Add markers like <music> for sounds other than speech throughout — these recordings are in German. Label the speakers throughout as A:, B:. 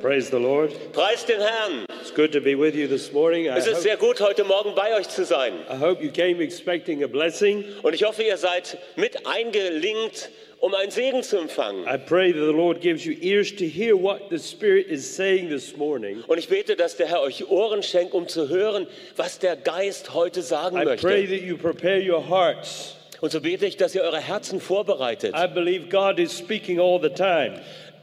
A: Praise the Lord.
B: Preist den Herrn.
A: It's good to be with you this morning. I
B: Es ist
A: hope,
B: sehr gut, heute Morgen bei euch zu sein.
A: I hope you came expecting a blessing.
B: Und ich hoffe, ihr seid mit eingelinkt, um einen Segen zu empfangen.
A: I pray that the Lord gives you ears to hear what the Spirit is saying this morning.
B: Und ich bete, dass der Herr euch Ohren schenkt, um zu hören, was der Geist heute sagen
A: I pray
B: möchte.
A: that you prepare your hearts.
B: Und so bete ich, dass ihr eure Herzen vorbereitet.
A: I believe God is speaking all the time.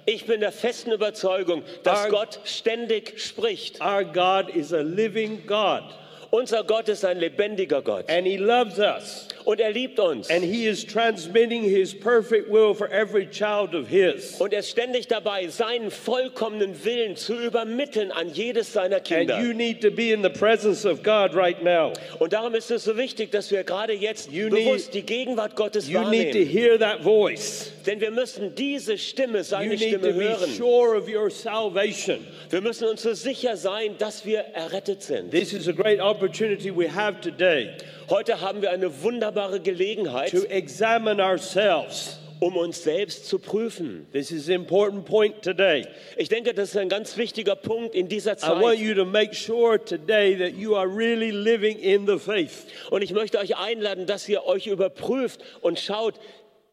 B: Ich bin der festen Überzeugung,
A: Our-
B: dass Gott ständig spricht.
A: Our God is a living God,
B: Unser Gott ist ein lebendiger Gott.
A: and He loves us,
B: Und er liebt uns.
A: and He is transmitting His perfect will for every child of His.
B: Und er ist ständig dabei, seinen vollkommenen Willen zu übermitteln an jedes seiner
A: And
B: Kinder.
A: you need to be in the presence of God right now.
B: Und darum ist es so wichtig, dass wir gerade jetzt
A: You need-
B: bewusst die Gegenwart Gottes
A: You need to
B: wahrnehmen.
A: hear that voice.
B: Denn wir müssen diese Stimme,
A: You
B: seine
A: need
B: Stimme
A: to be
B: hören.
A: sure of your salvation.
B: Wir müssen uns so sicher sein, dass wir errettet sind.
A: This is a great opportunity we have today
B: Heute haben wir eine wunderbare Gelegenheit,
A: to examine ourselves.
B: um uns selbst zu prüfen.
A: This is an important point today.
B: Ich denke, das ist ein ganz wichtiger Punkt in dieser
A: I want
B: Zeit.
A: you to make sure today that you are really living in the faith.
B: Und ich möchte euch einladen, dass ihr euch überprüft und schaut,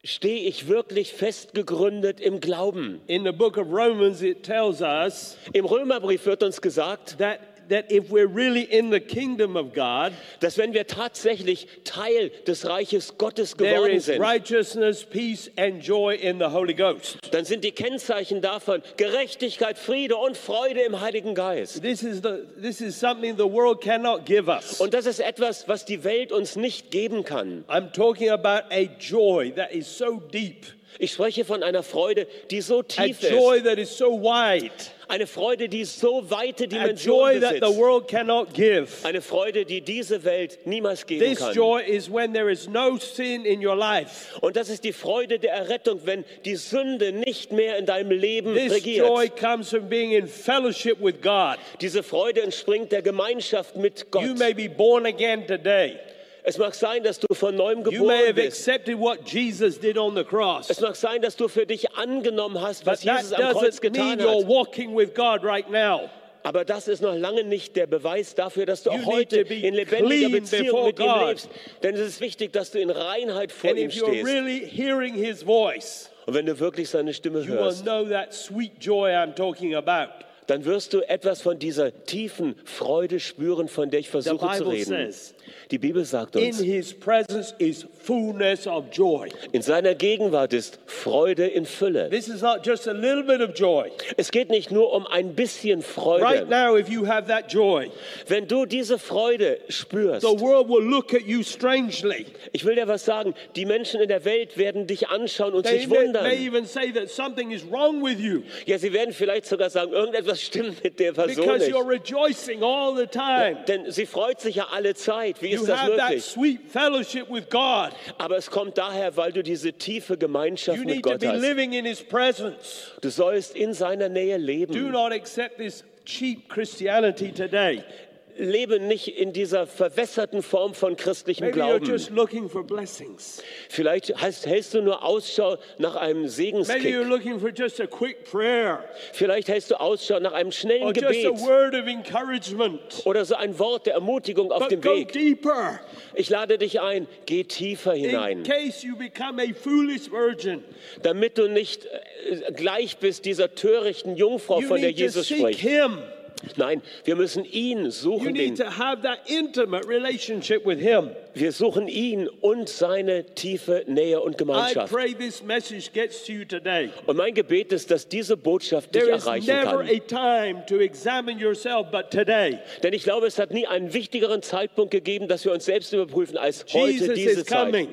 B: stehe ich wirklich festgegründet im Glauben?
A: In the book of Romans, it tells us
B: Im Römerbrief wird uns gesagt,
A: that, that if we're really in the kingdom of God,
B: dass wenn wir tatsächlich Teil des Reiches Gottes
A: there
B: geworden
A: is
B: sind,
A: righteousness, peace, and joy in the Holy Ghost.
B: dann sind die Kennzeichen davon Gerechtigkeit, Friede und Freude im Heiligen Geist.
A: This is, the, this is something the world cannot give us.
B: Und das ist etwas, was die Welt uns nicht geben kann.
A: I'm talking about a joy that is so deep,
B: Ich spreche von einer Freude, die so
A: a
B: tief ist,
A: joy that is so wide,
B: eine Freude, die so weite
A: a
B: Dimensionen
A: joy that the
B: besitzt,
A: world cannot give.
B: eine Freude, die diese Welt niemals geben
A: This
B: kann.
A: joy is when there is no sin in your life.
B: Und das ist die Freude der Errettung, wenn die Sünde nicht mehr in deinem Leben
A: This joy
B: regiert.
A: comes from being in fellowship with God.
B: Diese Freude entspringt der Gemeinschaft mit
A: You
B: Gott.
A: may be born again today.
B: Es mag sein, dass du von neuem
A: You may
B: geboren
A: have
B: bist.
A: accepted what Jesus did on the cross.
B: Es mag sein, dass du für dich angenommen hast,
A: But
B: was
A: that
B: Jesus am Kreuz
A: doesn't mean
B: getan
A: you're
B: hat.
A: walking with God right now.
B: Aber das ist noch lange nicht der Beweis dafür, dass du
A: You
B: auch
A: need
B: heute
A: to be
B: in lebendiger
A: clean
B: Beziehung
A: before
B: mit ihm
A: God.
B: lebst. Denn es ist wichtig, dass du in Reinheit vor
A: And
B: ihm
A: if you're
B: stehst.
A: really hearing his voice,
B: Und wenn du wirklich seine Stimme
A: you will
B: hörst,
A: know that sweet joy I'm talking about.
B: dann wirst du etwas von dieser tiefen Freude spüren, von der ich versuche zu
A: Bible
B: reden.
A: says,
B: Die Bibel sagt
A: In
B: uns,
A: his presence is fullness of joy.
B: in seiner Gegenwart ist Freude in Fülle.
A: This is not just a little bit of joy.
B: Es geht nicht nur um ein bisschen
A: Right
B: Freude.
A: now, if you have that joy,
B: Wenn du diese Freude spürst,
A: the world will look at you strangely.
B: Ich will dir was sagen. Die Menschen in der Welt werden dich anschauen und
A: They
B: sich
A: may, may
B: wundern.
A: even say that something is wrong with you
B: Ja, sie werden vielleicht sogar sagen, irgendetwas stimmt mit der Person
A: because
B: nicht.
A: you're rejoicing all the time.
B: Denn sie freut sich ja alle Zeit. Wie
A: You
B: ist das
A: have that
B: möglich?
A: sweet fellowship with God.
B: Aber es kommt daher, weil du diese tiefe Gemeinschaft
A: You
B: mit
A: need to
B: Gott
A: be
B: hast.
A: living in His presence.
B: Du sollst in seiner Nähe
A: Do
B: leben.
A: not accept this cheap Christianity today.
B: Lebe nicht in dieser verwässerten Form von christlichem
A: Maybe you're
B: Glauben.
A: just looking for blessings.
B: Vielleicht hast, hältst du nur Ausschau nach einem
A: Maybe you're
B: Segenskick.
A: looking for just a quick prayer
B: Vielleicht hältst du Ausschau nach einem schnellen
A: or just a
B: Gebet
A: word of encouragement.
B: oder so ein Wort der Ermutigung auf
A: But
B: dem
A: go
B: Weg.
A: deeper
B: Ich lade dich ein, geh tiefer
A: in
B: hinein,
A: case you become a foolish virgin.
B: damit du nicht äh, gleich bist dieser törichten Jungfrau,
A: You
B: von der
A: need to
B: Jesus
A: seek
B: spricht.
A: Him.
B: Nein, wir müssen ihn
A: You
B: suchen.
A: need
B: Den,
A: to have that intimate relationship with Him.
B: wir suchen ihn und seine tiefe Nähe und
A: I
B: Gemeinschaft.
A: pray this message gets to you today.
B: Und mein Gebet ist, dass diese Botschaft dich
A: There is
B: erreichen
A: never
B: kann.
A: a time to examine yourself but today.
B: Denn ich glaube, es hat nie einen wichtigeren Zeitpunkt gegeben, dass wir uns selbst überprüfen, als heute
A: Jesus
B: diese
A: is
B: Zeit.
A: coming,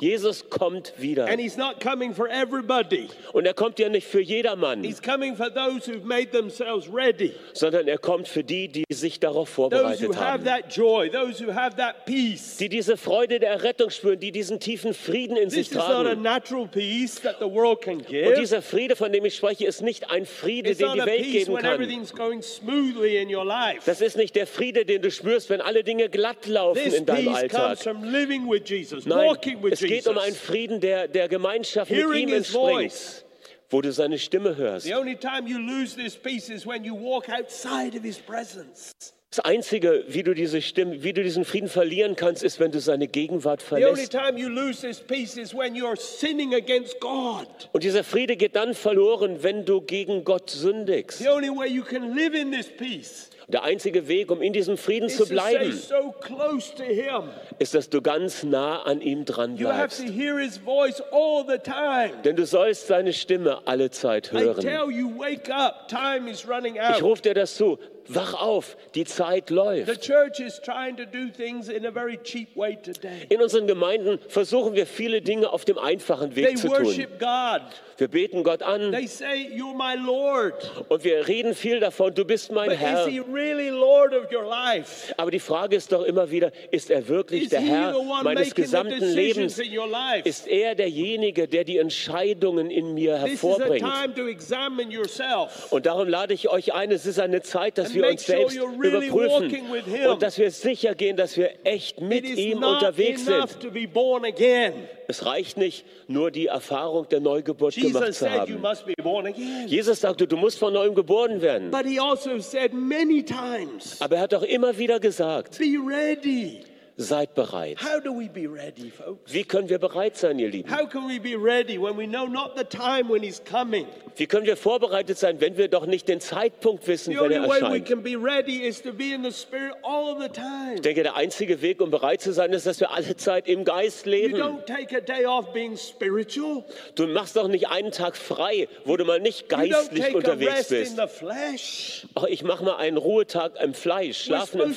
B: Jesus kommt wieder.
A: and he's not coming for everybody.
B: Und er kommt ja nicht für jedermann,
A: He's coming for those who've made themselves ready,
B: sondern er kommt für die, die sich
A: those
B: darauf
A: who
B: vorbereitet haben.
A: have that joy, those who have that peace.
B: die diese Freude der Errettung spüren, die diesen tiefen Frieden in sich
A: This is not a
B: tragen.
A: natural peace that the world can
B: Und
A: give.
B: dieser Friede, von dem ich spreche, ist nicht ein Friede,
A: It's
B: den
A: not
B: die
A: a
B: Welt
A: peace
B: geben
A: when
B: kann.
A: everything's going smoothly in your life.
B: Das ist nicht der Friede, den du spürst, wenn alle Dinge glatt laufen
A: This
B: in deinem
A: peace comes
B: Alltag.
A: from living with Jesus,
B: Nein,
A: walking with
B: es geht um einen
A: Jesus.
B: Frieden, der der Gemeinschaft mit
A: Hearing
B: ihm
A: his
B: entspringt.
A: voice.
B: wo du seine Stimme hörst.
A: The only time you lose this peace is when you walk outside of his presence.
B: Das Einzige, wie du, diese Stimme, wie du diesen Frieden verlieren kannst, ist, wenn du seine Gegenwart
A: The only
B: verlässt.
A: time you lose this peace is when you're sinning against God.
B: Und dieser Friede geht dann verloren, wenn du gegen Gott sündigst.
A: The only way you can live in this peace
B: Der einzige Weg, um in diesem Frieden
A: is
B: zu
A: to stay
B: bleiben,
A: so close to him.
B: ist, dass du ganz nah an ihm dran
A: You have to
B: bleibst.
A: hear his voice all the time.
B: Denn du sollst seine Stimme alle Zeit
A: I
B: hören.
A: tell you, wake up. Time is running
B: Ich
A: out.
B: rufe dir das zu. Wach auf, die Zeit
A: The
B: läuft.
A: church is trying to do things in a very cheap way today.
B: In unseren Gemeinden versuchen wir viele Dinge auf dem einfachen
A: They
B: Weg zu tun.
A: worship God.
B: Wir beten Gott an
A: They say, You're my Lord.
B: und wir reden viel davon, du bist mein
A: But is
B: Herr.
A: he really Lord of your life?
B: Aber die Frage ist doch immer wieder, ist er wirklich
A: Is
B: der
A: he the
B: Herr
A: one
B: meines
A: making the
B: gesamten
A: decisions
B: Lebens?
A: in your life?
B: Ist er derjenige, der die Entscheidungen in mir
A: This is a
B: hervorbringt?
A: time to examine yourself.
B: Und darum lade ich euch ein, es ist eine Zeit, dass
A: And
B: wir
A: make
B: uns
A: sure
B: selbst
A: you're really walking with
B: überprüfen
A: him.
B: und dass wir sicher gehen, dass wir echt
A: It
B: mit
A: is
B: ihm
A: not
B: unterwegs
A: enough
B: sind.
A: to be born again.
B: Es reicht nicht, nur die Erfahrung der Neugeburt gemacht
A: Jesus
B: zu
A: said, You
B: haben.
A: must be born again.
B: Jesus sagte, du musst von neuem geboren werden.
A: But he also said many times,
B: Aber er hat auch immer wieder gesagt,
A: Be ready.
B: seid bereit.
A: How do we be ready, folks?
B: Wie können wir bereit sein, ihr Lieben?
A: How can we be ready when we know not the time when he's coming?
B: Wie können wir vorbereitet sein, wenn wir doch nicht den Zeitpunkt wissen,
A: The
B: wenn
A: only
B: er
A: way we
B: erscheint?
A: can be ready is to be in the Spirit all the time.
B: Ich denke, der einzige Weg, um bereit zu sein, ist, dass wir alle Zeit im Geist
A: You
B: leben.
A: don't take a day off being spiritual.
B: Du machst doch nicht einen Tag frei, wo du mal nicht
A: You don't
B: geistlich
A: take a
B: unterwegs
A: rest in
B: bist.
A: the flesh.
B: Ach, ich mache mal einen Ruhetag im Fleisch,
A: We're
B: schlafen
A: supposed to
B: im
A: be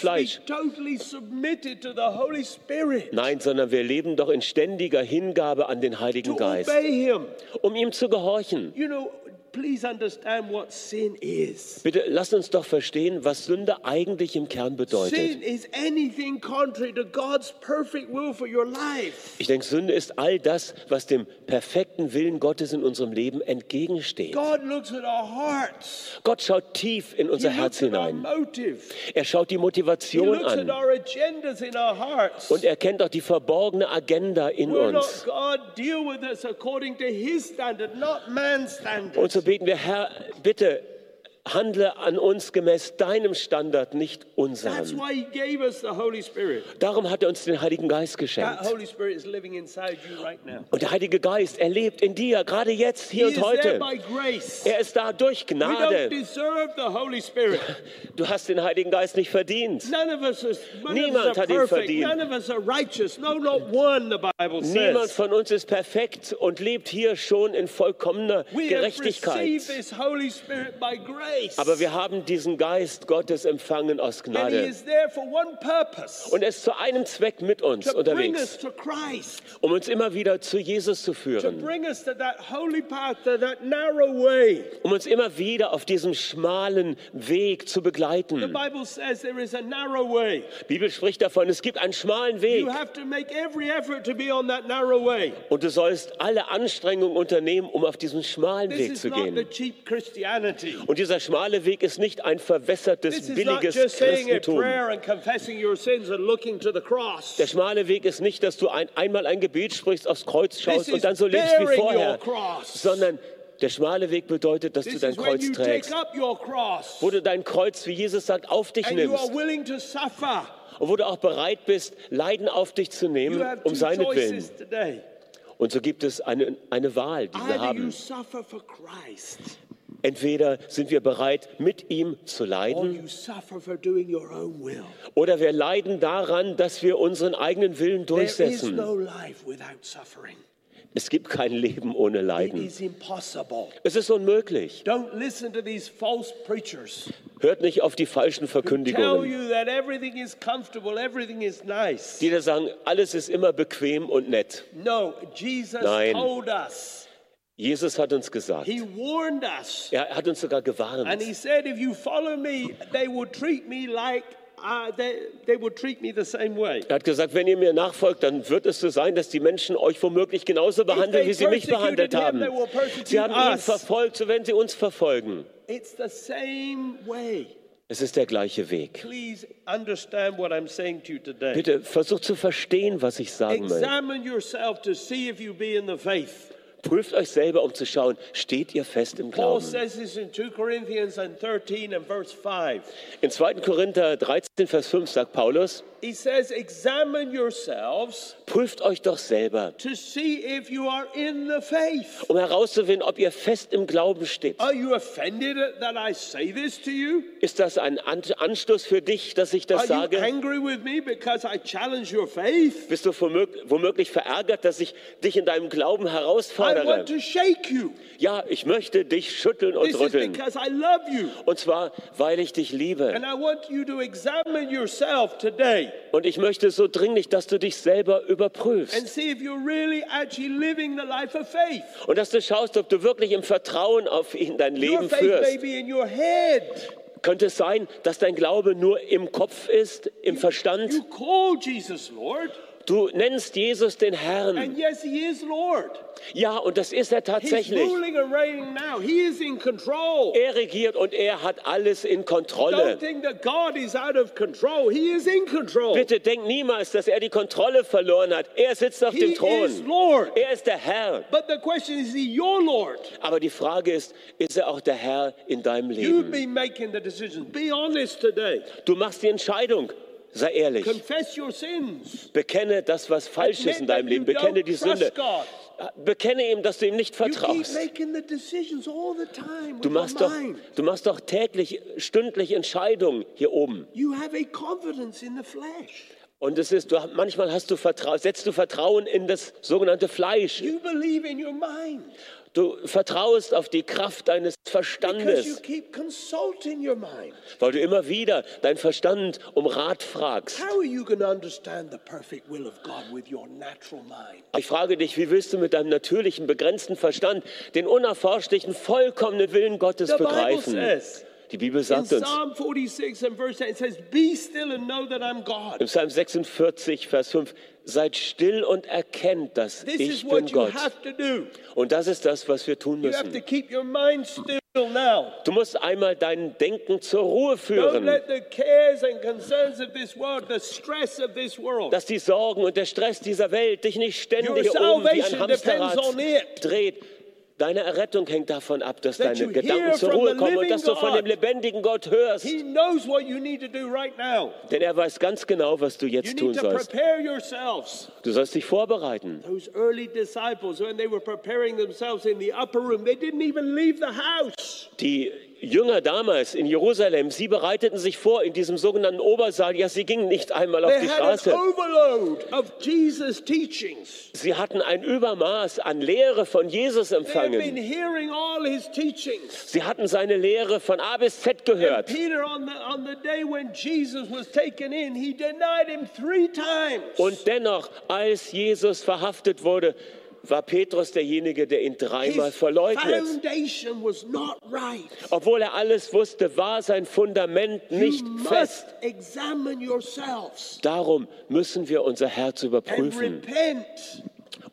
B: Fleisch.
A: totally submitted to the Holy Spirit
B: Nein, sondern wir leben doch in ständiger Hingabe an den
A: to
B: Heiligen Geist,
A: obey Him.
B: um ihm zu gehorchen.
A: You know, please understand what sin is.
B: Bitte lasst uns doch verstehen, was Sünde eigentlich im Kern bedeutet.
A: Sin is anything contrary to God's perfect will for your life.
B: Ich denke, Sünde ist all das, was dem perfekten Willen Gottes in unserem Leben entgegensteht.
A: God looks at our hearts.
B: Gott schaut tief in
A: He
B: unser Herz
A: looks at our
B: hinein.
A: motive.
B: Er schaut die
A: He
B: Motivation
A: looks at
B: an
A: our agendas in our hearts.
B: und er kennt auch die verborgene Agenda in
A: Will not
B: uns.
A: God deal with us according to His standard, not man's standard?
B: Und so beten wir, Herr, bitte handle an uns gemäß deinem Standard, nicht
A: That's
B: unserem.
A: why He gave us the Holy Spirit.
B: Darum hat er uns den Heiligen Geist
A: That
B: geschenkt.
A: Holy Spirit is living inside you right now.
B: Und der Heilige Geist, er lebt in dir, gerade jetzt,
A: He
B: hier
A: is
B: und
A: there
B: heute.
A: by grace.
B: Er ist da durch
A: We don't
B: Gnade.
A: deserve the Holy Spirit.
B: <laughs> Du hast den Heiligen Geist nicht verdient.
A: None of us is none of
B: Niemand
A: us are
B: hat ihn
A: perfect.
B: verdient.
A: None of us are righteous. No, not one, the Bible
B: Niemand
A: says.
B: von uns ist perfekt und lebt hier schon in vollkommener
A: We have received
B: Gerechtigkeit.
A: this Holy Spirit by grace.
B: Aber wir haben diesen Geist Gottes empfangen aus
A: and He
B: Gnade.
A: is there for one purpose.
B: Und er ist zu einem Zweck mit uns
A: to bring us
B: unterwegs,
A: to Christ,
B: um uns immer wieder zu Jesus zu
A: to
B: führen,
A: bring us to that holy path, to that narrow way.
B: um uns immer wieder auf diesem schmalen Weg zu
A: The
B: begleiten.
A: Bible says there is a narrow way.
B: Die Bibel spricht davon, es gibt einen schmalen Weg
A: You have to make every effort to be on that narrow way.
B: und du sollst alle Anstrengungen unternehmen, um auf diesen schmalen
A: This
B: Weg
A: is
B: zu
A: not the
B: gehen.
A: cheap Christianity.
B: Und dieser schmale Weg ist nicht ein
A: This
B: verwässertes,
A: is not
B: billiges
A: just saying a
B: Christentum.
A: prayer and confessing your sins and looking to the cross.
B: Der schmale Weg ist nicht, dass du ein, einmal ein Gebet sprichst, aufs Kreuz
A: This
B: schaust
A: is
B: und dann so lebst wie
A: bearing your
B: vorher,
A: cross.
B: sondern der schmale Weg bedeutet, dass du
A: This
B: dein
A: is when
B: Kreuz
A: you
B: trägst,
A: take up your cross
B: wo du dein Kreuz, wie Jesus sagt, auf dich
A: and you are
B: nimmst
A: willing to suffer.
B: und wo du auch bereit bist, Leiden auf dich zu
A: You
B: nehmen,
A: have
B: um
A: two
B: seinetwillen.
A: choices today.
B: Und so gibt es eine, eine Wahl, die wir
A: Either you
B: haben.
A: suffer for Christ
B: Entweder sind wir bereit, mit ihm zu
A: or
B: leiden,
A: you suffer for doing your own will.
B: oder wir leiden daran, dass wir unseren eigenen Willen
A: There is no
B: durchsetzen.
A: life without suffering.
B: Es gibt kein Leben ohne
A: It
B: Leiden.
A: is impossible.
B: Es ist unmöglich.
A: Don't listen to these false preachers
B: Hört nicht auf die falschen
A: who tell
B: Verkündigungen.
A: you that everything is comfortable, everything is nice.
B: die da sagen, alles ist immer bequem und nett.
A: No, Jesus
B: Nein.
A: told us.
B: Jesus hat uns gesagt,
A: He warned us.
B: er hat uns sogar
A: And he
B: gewarnt.
A: said, if you follow me, they will treat me like uh, they, they will treat me the same way.
B: Er hat gesagt, wenn ihr mir nachfolgt, dann wird es so sein, dass die Menschen euch womöglich genauso behandeln, wie sie mich behandelt haben. Sie haben ihn verfolgt, so werden sie uns verfolgen.
A: It's the same way.
B: Es ist der gleiche Weg.
A: Please understand what I'm saying to you today.
B: Bitte versucht zu verstehen, was ich sagen will.
A: Examine yourself to see if you be in the faith.
B: prüft euch selber, um zu schauen, steht ihr fest im
A: Paul
B: Glauben.
A: says this in 2 Corinthians and 13 and verse 5.
B: In 2. Korinther 13, Vers 5 sagt Paulus,
A: He says, Examine yourselves
B: prüft euch doch selber,
A: to see if you are in the faith.
B: um herauszufinden, ob ihr fest im Glauben steht.
A: Are you offended that I say this to you?
B: Ist das ein An Anstoß für dich, dass ich das
A: Are you
B: sage?
A: angry with me because I challenge your faith?
B: Bist du vermög- womöglich verärgert, dass ich dich in deinem Glauben
A: I want
B: herausfordere?
A: to shake you.
B: Ja, ich möchte dich schütteln und
A: This is
B: rütteln.
A: because I love you.
B: Und zwar, weil ich dich liebe.
A: And I want you to examine yourself today
B: Und ich möchte so dringlich, dass du dich selber
A: and
B: überprüfst.
A: see if you're really actually living the life of faith.
B: Und dass du schaust, ob du wirklich im Vertrauen auf ihn dein
A: Your
B: Leben
A: faith may
B: führst.
A: be in your head.
B: Könnte es sein, dass dein Glaube nur im Kopf ist, im Verstand?
A: You call Jesus Lord,
B: Du nennst Jesus den Herrn.
A: and yes, He is Lord.
B: Ja, und das ist er
A: He's
B: tatsächlich.
A: ruling and reigning now. He is in control.
B: Er regiert und er hat alles in
A: Don't
B: Kontrolle.
A: think that God is out of control. He is in control.
B: Bitte denk niemals, dass er die Kontrolle verloren hat. Er sitzt auf
A: He
B: dem
A: is
B: Thron.
A: Lord.
B: Er ist der Herr.
A: But the question is, is He your Lord?
B: Aber die Frage ist, ist er auch der Herr in deinem
A: You've
B: Leben?
A: been making the decisions. Be honest today.
B: Du machst die Entscheidung. Sei ehrlich.
A: Confess your sins.
B: Bekenne das, was falsch ist in
A: Admit that
B: deinem Leben.
A: you
B: Bekenne
A: don't
B: die
A: trust
B: Sünde. Ah,
A: God.
B: Bekenne ihm, dass du ihm nicht
A: You keep
B: vertraust.
A: making the decisions all the time
B: Du
A: with your
B: machst, doch,
A: mind.
B: du machst doch täglich, stündlich Entscheidungen hier oben.
A: You have a confidence in the flesh.
B: Und es ist, du, manchmal hast du Vertra setzt du Vertrauen in das sogenannte Fleisch.
A: You believe in your mind
B: Du vertraust auf die Kraft deines
A: because you
B: Verstandes,
A: keep consulting your mind.
B: weil du immer wieder deinen Verstand um Rat fragst.
A: How are you going to understand the perfect will of God with your natural mind?
B: Ich frage dich, wie willst du mit deinem natürlichen, begrenzten Verstand den unerforschlichen, vollkommenen Willen Gottes
A: The Bible
B: begreifen?
A: says
B: Die Bibel
A: in
B: sagt uns,
A: Psalm 46 and verse 8, it says, Be still and know that I'm
B: Im
A: God.
B: Psalm 46, Vers 5, seid still und erkennt, dass
A: This
B: ich
A: is
B: bin
A: what you
B: Gott.
A: have to do.
B: Und das ist das, was wir tun
A: You have to
B: müssen.
A: keep your mind still now.
B: Du musst einmal dein Denken zur Ruhe
A: Don't
B: führen,
A: let the cares and concerns of this world, the stress of this world,
B: dass die Sorgen und der Stress dieser Welt dich nicht ständig
A: Your
B: um wie ein
A: salvation depends on
B: Hamsterrad
A: it.
B: dreht. Deine Errettung hängt davon ab, dass
A: That
B: deine
A: you
B: Gedanken
A: hear
B: zur
A: from
B: Ruhe
A: the
B: kommen und
A: living
B: dass du von dem
A: God.
B: lebendigen Gott hörst.
A: He knows what you need to do right now.
B: Denn er weiß ganz genau, was du
A: You
B: jetzt tun
A: need to
B: sollst.
A: prepare yourselves.
B: Du sollst dich vorbereiten.
A: Those early disciples, when they were preparing themselves in the upper room, they didn't even leave the house.
B: Die Jünger damals in Jerusalem, sie bereiteten sich vor in diesem sogenannten Obersaal. Ja, sie gingen nicht einmal auf
A: They
B: die
A: had an
B: Straße.
A: overload of Jesus' teachings.
B: Sie hatten ein Übermaß an Lehre von Jesus
A: They had been
B: empfangen.
A: hearing all his teachings.
B: Sie hatten seine Lehre von A bis Z gehört.
A: Peter, on the, on the day when Jesus was taken in, he denied him three times.
B: Und dennoch, als Jesus verhaftet wurde, war Petrus derjenige, der ihn dreimal
A: His
B: verleugnet.
A: foundation was not right.
B: Obwohl er alles wusste, war sein Fundament nicht
A: you
B: fest.
A: must examine yourselves
B: Darum müssen wir unser Herz
A: and
B: überprüfen.
A: repent.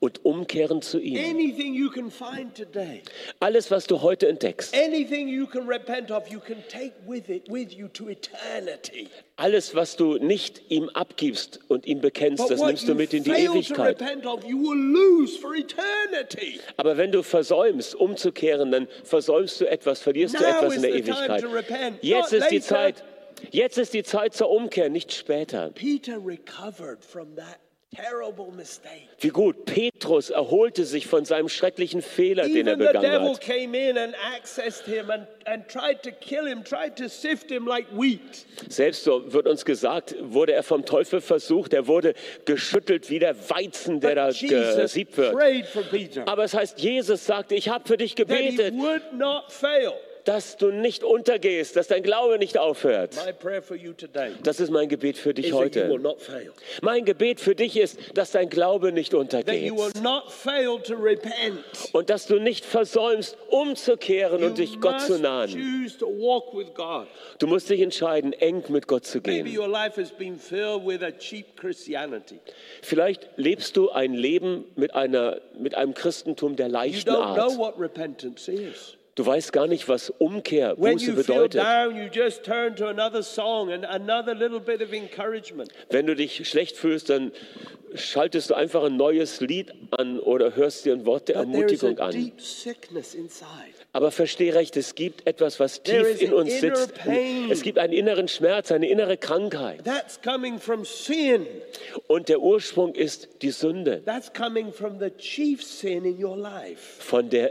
B: und umkehren zu ihm.
A: Anything you can find today,
B: Alles, was du heute entdeckst,
A: anything you can repent of, you can take with it with you to eternity.
B: alles, was du nicht ihm abgibst und ihm bekennst,
A: But
B: das
A: what
B: nimmst du
A: you
B: mit in die
A: fail to
B: Ewigkeit.
A: repent of, you will lose for eternity.
B: Aber wenn du versäumst, umzukehren, dann versäumst du etwas, verlierst du
A: Now
B: etwas
A: is
B: in der
A: the time
B: Ewigkeit.
A: to repent,
B: Jetzt
A: not
B: ist die
A: later.
B: Zeit, jetzt ist die Zeit zur Umkehr, nicht später.
A: Peter recovered from that terrible mistake.
B: Wie gut, Petrus erholte sich von seinem schrecklichen Fehler, den er
A: Even the
B: begangen
A: devil
B: hat.
A: came in and accessed him and, and tried to kill him, tried to sift him like wheat.
B: Selbst so wird uns gesagt, wurde er vom Teufel versucht, er wurde geschüttelt wie der Weizen, der da
A: But Jesus
B: gesiebt wird.
A: prayed for Peter
B: Aber es heißt, Jesus sagte, ich habe für dich
A: that he
B: gebetet,
A: would not fail.
B: dass du nicht untergehst, dass dein Glaube nicht aufhört.
A: My prayer for you today
B: Das ist mein Gebet für dich
A: is that you will
B: heute.
A: not fail.
B: Mein Gebet für dich ist, dass dein Glaube nicht
A: that
B: untergeht
A: you will not fail to repent.
B: und dass du nicht versäumst, umzukehren und dich
A: you
B: Gott zu
A: must
B: nahen.
A: choose to walk with God.
B: Du musst dich entscheiden, eng mit Gott zu
A: Maybe
B: gehen.
A: your life has been filled with a cheap Christianity.
B: Vielleicht lebst du ein Leben mit, einer, mit einem Christentum der
A: You
B: leichten
A: don't know
B: Art.
A: what repentance is.
B: Du weißt gar nicht, was Umkehr,
A: When
B: Buße
A: you feel
B: bedeutet.
A: down, you just turn to another song and another little bit of encouragement.
B: Wenn du dich schlecht fühlst, dann schaltest du einfach ein neues Lied an oder hörst dir ein Wort der
A: But there is a
B: Ermutigung an.
A: deep sickness inside.
B: Aber versteh recht, es gibt etwas, was
A: There
B: tief
A: is
B: in
A: an
B: uns
A: inner
B: sitzt.
A: pain.
B: Es gibt einen inneren Schmerz, eine innere Krankheit.
A: That's coming from sin.
B: Und der Ursprung ist die Sünde
A: That's coming from the chief sin in your life.
B: von der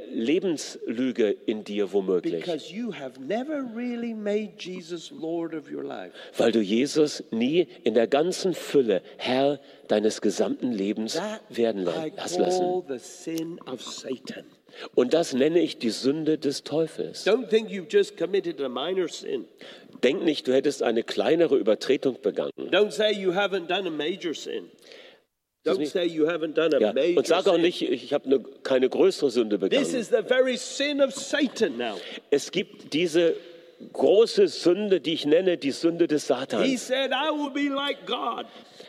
B: Lebenslüge in dir womöglich,
A: Because you have never really made Jesus Lord of your life.
B: weil du Jesus nie in der ganzen Fülle Herr deines gesamten Lebens
A: That
B: werden
A: I
B: la- hast lassen.
A: call the sin of Satan.
B: Und das nenne ich die Sünde des Teufels.
A: Don't think you've just committed a minor sin.
B: Denk nicht, du hättest eine kleinere Übertretung begangen.
A: Don't say you haven't done a major sin. Don't say you haven't done a
B: Ja.
A: major
B: Und sag auch
A: sin.
B: nicht, ich habe ne, keine größere Sünde
A: This
B: begangen.
A: is the very sin of Satan now.
B: Es gibt diese große Sünde, die ich nenne, die Sünde des
A: He
B: Satans.
A: said, I will be like God.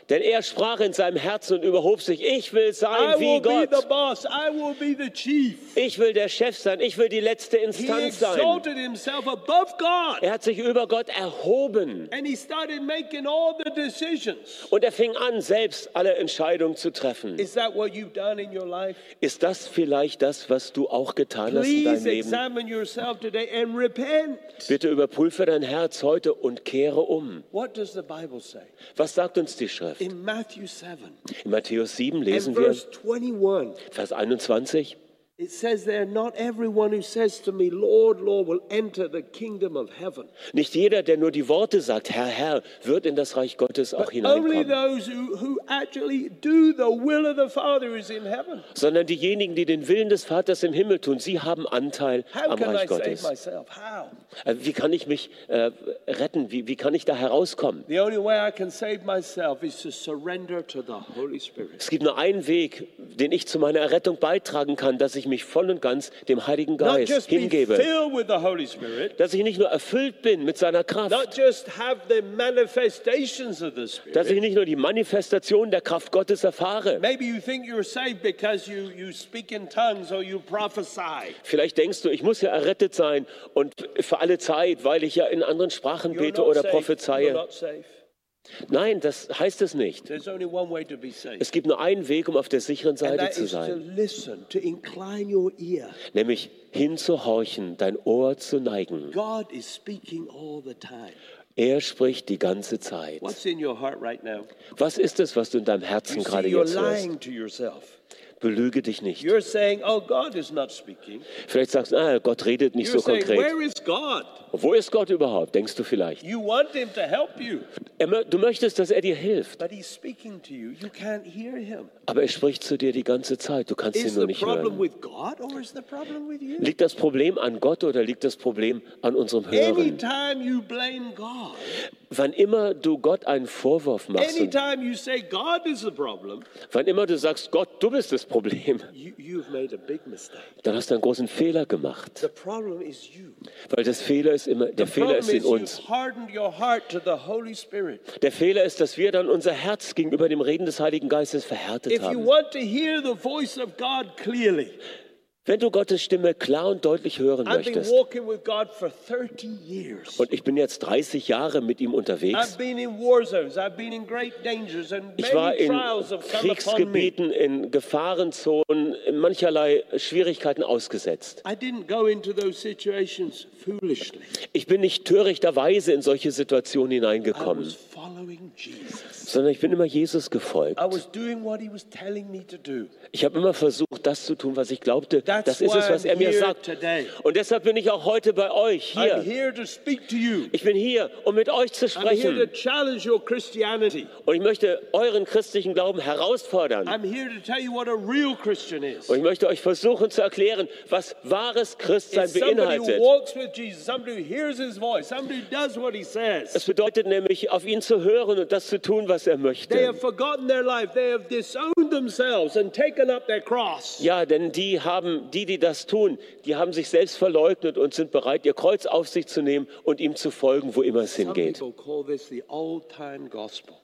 B: Denn er sprach in seinem Herzen und überhob sich, ich will
A: I
B: sein
A: will
B: wie
A: be the
B: Gott.
A: boss. I will be the chief.
B: Ich will der Chef sein, ich will die letzte
A: He
B: Instanz sein.
A: exalted himself above God.
B: Er hat sich über Gott erhoben
A: And he started making all the decisions.
B: und er fing an, selbst alle Entscheidungen zu treffen.
A: Is that what you've done in your life?
B: Ist das vielleicht das, was du auch getan hast in deinem
A: Please
B: Leben?
A: examine yourself today and repent.
B: Bitte überprüfe dein Herz heute und kehre um.
A: What does the Bible say?
B: Was sagt uns die Schrift?
A: In Matthew 7
B: In Matthäus 7
A: and
B: lesen wir
A: verse 21,
B: Vers 21.
A: it says there, Not everyone who says to me, Lord, Lord, will enter the kingdom of heaven.
B: Nicht jeder, der nur die Worte sagt, Herr, Herr, wird in das Reich Gottes auch
A: Only
B: hineinkommen,
A: those who, who actually do the will of the Father who is in heaven.
B: sondern diejenigen, die den Willen des Vaters im Himmel tun, sie haben Anteil
A: How
B: am
A: can I
B: Reich
A: save
B: Gottes.
A: myself? How?
B: Äh, Wie kann ich mich äh, retten? Wie, wie kann ich da herauskommen?
A: The only way I can save myself is to surrender to the Holy Spirit.
B: Es gibt nur einen Weg, den ich zu meiner Errettung beitragen kann, dass ich mich voll und ganz dem Heiligen
A: Not
B: Geist
A: just be
B: hingebe.
A: filled with the Holy Spirit,
B: Dass ich nicht nur erfüllt bin mit seiner Kraft,
A: not just have the manifestations of the
B: dass
A: Spirit.
B: ich nicht nur die Manifestation der Kraft Gottes erfahre.
A: Maybe you think you're saved because you, you speak in tongues or you prophesy.
B: Vielleicht denkst du, ich muss ja errettet sein und für alle Zeit, weil ich ja in anderen Sprachen
A: You're
B: bete
A: not
B: oder
A: safe. You're
B: prophezeie.
A: not safe.
B: Nein, das heißt es nicht.
A: There's only one way to be saved.
B: Es gibt nur einen Weg, um auf der sicheren
A: And
B: Seite
A: that
B: zu
A: is to
B: sein,
A: listen, to incline your ear.
B: nämlich hinzuhorchen, dein Ohr zu neigen.
A: God is speaking all the time.
B: Er spricht die ganze Zeit.
A: What's in your heart right now?
B: Was ist es, was du in deinem Herzen
A: You
B: gerade
A: see, you're
B: jetzt hörst?
A: lying to yourself.
B: Belüge dich nicht.
A: You're saying, oh, God is not speaking.
B: Vielleicht sagst du, ah, Gott redet nicht
A: You're
B: so
A: saying,
B: konkret.
A: where is God?
B: Wo ist Gott überhaupt, denkst du vielleicht?
A: You want him to help you,
B: Er, mö- du möchtest, dass er dir hilft.
A: but he's speaking to you. You can't hear him.
B: Aber er spricht zu dir die ganze Zeit. Du kannst ihn
A: Is
B: nur
A: the
B: nicht
A: problem
B: hören.
A: with God or is the problem with you?
B: Liegt das Problem an Gott oder liegt das Problem an unserem Hören?
A: Anytime you blame God,
B: Wann immer du Gott einen Vorwurf machst, und
A: anytime you say God is the problem,
B: wann immer du sagst, Gott, du bist das Problem,
A: you, you've made a big mistake.
B: dann hast du einen großen Fehler gemacht.
A: The problem is you.
B: Weil das Fehler ist immer, der
A: The
B: Fehler
A: problem
B: ist
A: is
B: in
A: you've
B: uns.
A: hardened your heart to the Holy Spirit.
B: Der Fehler ist, dass wir dann unser Herz gegenüber dem Reden des Heiligen Geistes verhärtet
A: If you
B: haben.
A: want to hear the voice of God clearly,
B: Wenn du Gottes Stimme klar und deutlich hören
A: I've been
B: möchtest,
A: walking with God for 30 years.
B: und ich bin jetzt 30 Jahre mit ihm unterwegs,
A: I've been in war zones. I've been in great dangers, and
B: Ich war
A: many
B: in
A: trials have come upon me.
B: Kriegsgebieten, in Gefahrenzonen, in mancherlei Schwierigkeiten ausgesetzt.
A: I didn't go into those situations foolishly.
B: Ich bin nicht törichterweise in solche Situationen
A: I was
B: hineingekommen,
A: following Jesus.
B: sondern ich bin immer Jesus gefolgt.
A: I was doing what He was telling me to do.
B: Ich habe immer versucht, das zu tun, was ich glaubte.
A: That's
B: Das ist es, was
A: why
B: er
A: I'm
B: mir
A: here
B: sagt.
A: today.
B: Und deshalb bin ich auch heute bei euch
A: I'm
B: hier.
A: here to speak to you.
B: Ich bin hier, um mit euch zu
A: I'm here to
B: sprechen.
A: challenge your Christianity.
B: Und ich möchte euren christlichen Glauben herausfordern.
A: I'm here to tell you what a real Christian is.
B: Und ich möchte euch versuchen zu erklären, was wahres Christsein
A: It's somebody who
B: beinhaltet.
A: walks with Jesus, somebody who hears His voice, somebody who does what He says.
B: Es bedeutet nämlich, auf ihn zu hören und das zu tun, was er
A: They
B: möchte.
A: have forgotten their life. They have disowned themselves and taken up their cross.
B: Ja, denn die haben, die, die das tun, die haben sich selbst verleugnet und sind bereit, ihr Kreuz auf sich zu nehmen und ihm zu folgen, wo immer es
A: Some
B: hingeht.
A: people call this the old time gospel.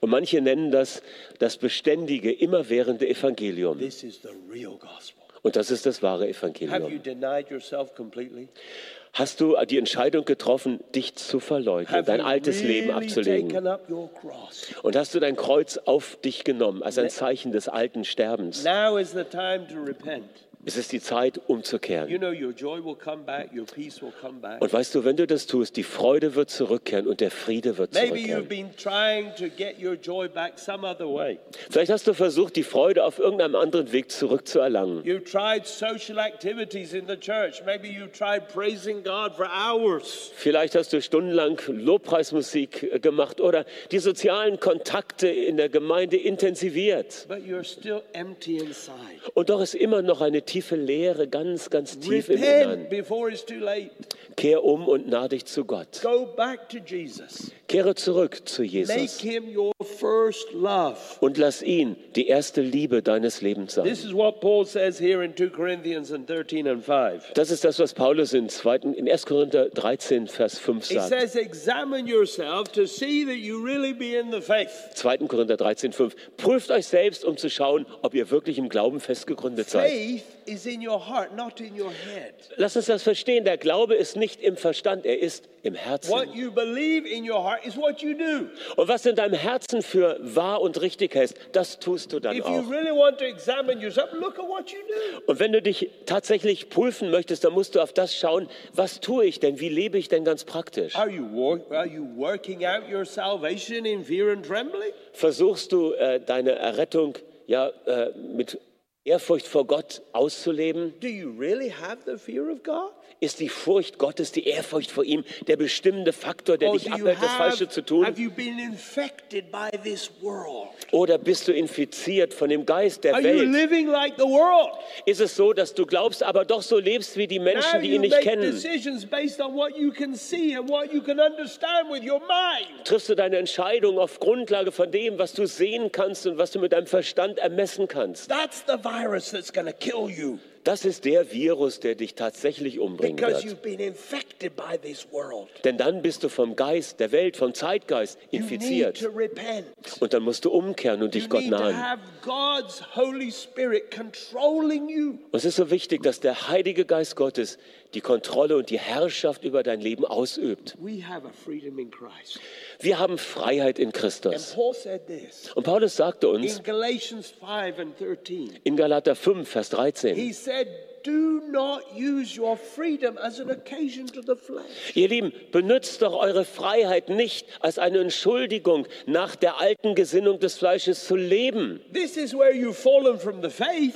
B: Und manche nennen das das beständige, immerwährende Evangelium.
A: This is the real gospel.
B: Und das ist das wahre
A: Have you
B: Evangelium.
A: denied yourself completely?
B: Hast du die Entscheidung getroffen, dich zu verleugnen,
A: Have
B: dein
A: you
B: altes Leben
A: really
B: abzulegen?
A: taken up your cross?
B: Und hast du dein Kreuz auf dich genommen, als
A: Ne-
B: ein Zeichen des alten Sterbens?
A: Now is the time to repent.
B: Es ist die Zeit,
A: You
B: umzukehren.
A: know, your joy will come back, your peace will come back.
B: Und weißt du, wenn du das tust, die Freude wird zurückkehren und der Friede wird
A: Maybe you've
B: zurückkehren.
A: been trying to get your joy back some other way.
B: Vielleicht hast du versucht, die Freude auf irgendeinem anderen Weg zurückzuerlangen.
A: You've tried social activities in the church. Maybe you've tried praising God for hours.
B: Vielleicht hast du stundenlang Lobpreismusik äh, gemacht oder die sozialen Kontakte in der Gemeinde intensiviert.
A: But you're still empty inside.
B: Und doch ist immer noch eine tiefe Leere ganz, ganz tief im
A: Repent
B: Innern.
A: before it's too late.
B: Kehr um und nah dich zu Gott.
A: Go back to Jesus.
B: Kehre zurück zu
A: Make
B: Jesus.
A: him your first love.
B: und lass ihn die erste Liebe deines Lebens sein.
A: This is what Paul says here in 2 Corinthians and 13 and 5.
B: Das ist das, was Paulus in, 2, in 1. Korinther 13, Vers 5
A: He
B: sagt.
A: says, examine yourself to see that you really be in the faith.
B: 2. Korinther 13, 5. Prüft euch selbst, um zu schauen, ob ihr wirklich im Glauben festgegründet seid.
A: Faith is in your heart, not in your head.
B: Lass uns das verstehen. Der Glaube ist nicht im Verstand, er ist im
A: What
B: Herzen.
A: you believe in your heart is what you do.
B: Und was in deinem Herzen für wahr und richtig hältst, das tust du dann
A: If you
B: auch.
A: really want to examine yourself, look at what you do.
B: Und wenn du dich tatsächlich prüfen möchtest, dann musst du auf das schauen, was tue ich denn, wie lebe ich denn ganz praktisch?
A: Are you, wor- are you working out your salvation in fear and trembling?
B: Versuchst du äh, deine Errettung ja äh, mit Ehrfurcht vor Gott auszuleben?
A: Do you really have the fear of God?
B: Ist die Furcht Gottes, die Ehrfurcht vor ihm, der bestimmende Faktor, der
A: Or
B: dich
A: Oh, do you
B: abhält, das Falsche zu
A: have
B: tun?
A: you been infected by this world?
B: Oder bist du infiziert von dem Geist der
A: Are you
B: Welt?
A: living like the world?
B: Ist es so, dass du glaubst, aber doch so lebst wie die
A: Now
B: Menschen, die
A: you
B: ihn nicht
A: make
B: kennen?
A: decisions based on what you can see and what you can understand with your mind.
B: Triffst du deine Entscheidung auf Grundlage von dem, was du sehen kannst und was du mit deinem Verstand ermessen kannst?
A: That's the virus that's going to kill you
B: Das ist der Virus, der dich tatsächlich umbringen
A: because
B: wird.
A: you've been infected by this world.
B: Denn dann bist du vom Geist der Welt, vom Zeitgeist
A: You need
B: infiziert.
A: to repent.
B: Und dann musst du umkehren und
A: You
B: dich Gott
A: need to
B: nahen.
A: have God's Holy Spirit controlling you.
B: Und es ist so wichtig, dass der Heilige Geist Gottes die Kontrolle und die Herrschaft über dein Leben ausübt.
A: We have a freedom in Christ.
B: Wir haben Freiheit in
A: And
B: Christus.
A: Paul said this
B: Und Paulus sagte
A: in
B: uns
A: Galatians 5 and 13.
B: in Galater 5, Vers 13,
A: He said, Do not use your freedom as an occasion to the flesh.
B: ihr Lieben, benutzt doch eure Freiheit nicht als eine Entschuldigung, nach der alten Gesinnung des Fleisches zu leben.
A: This is where you've fallen from the faith.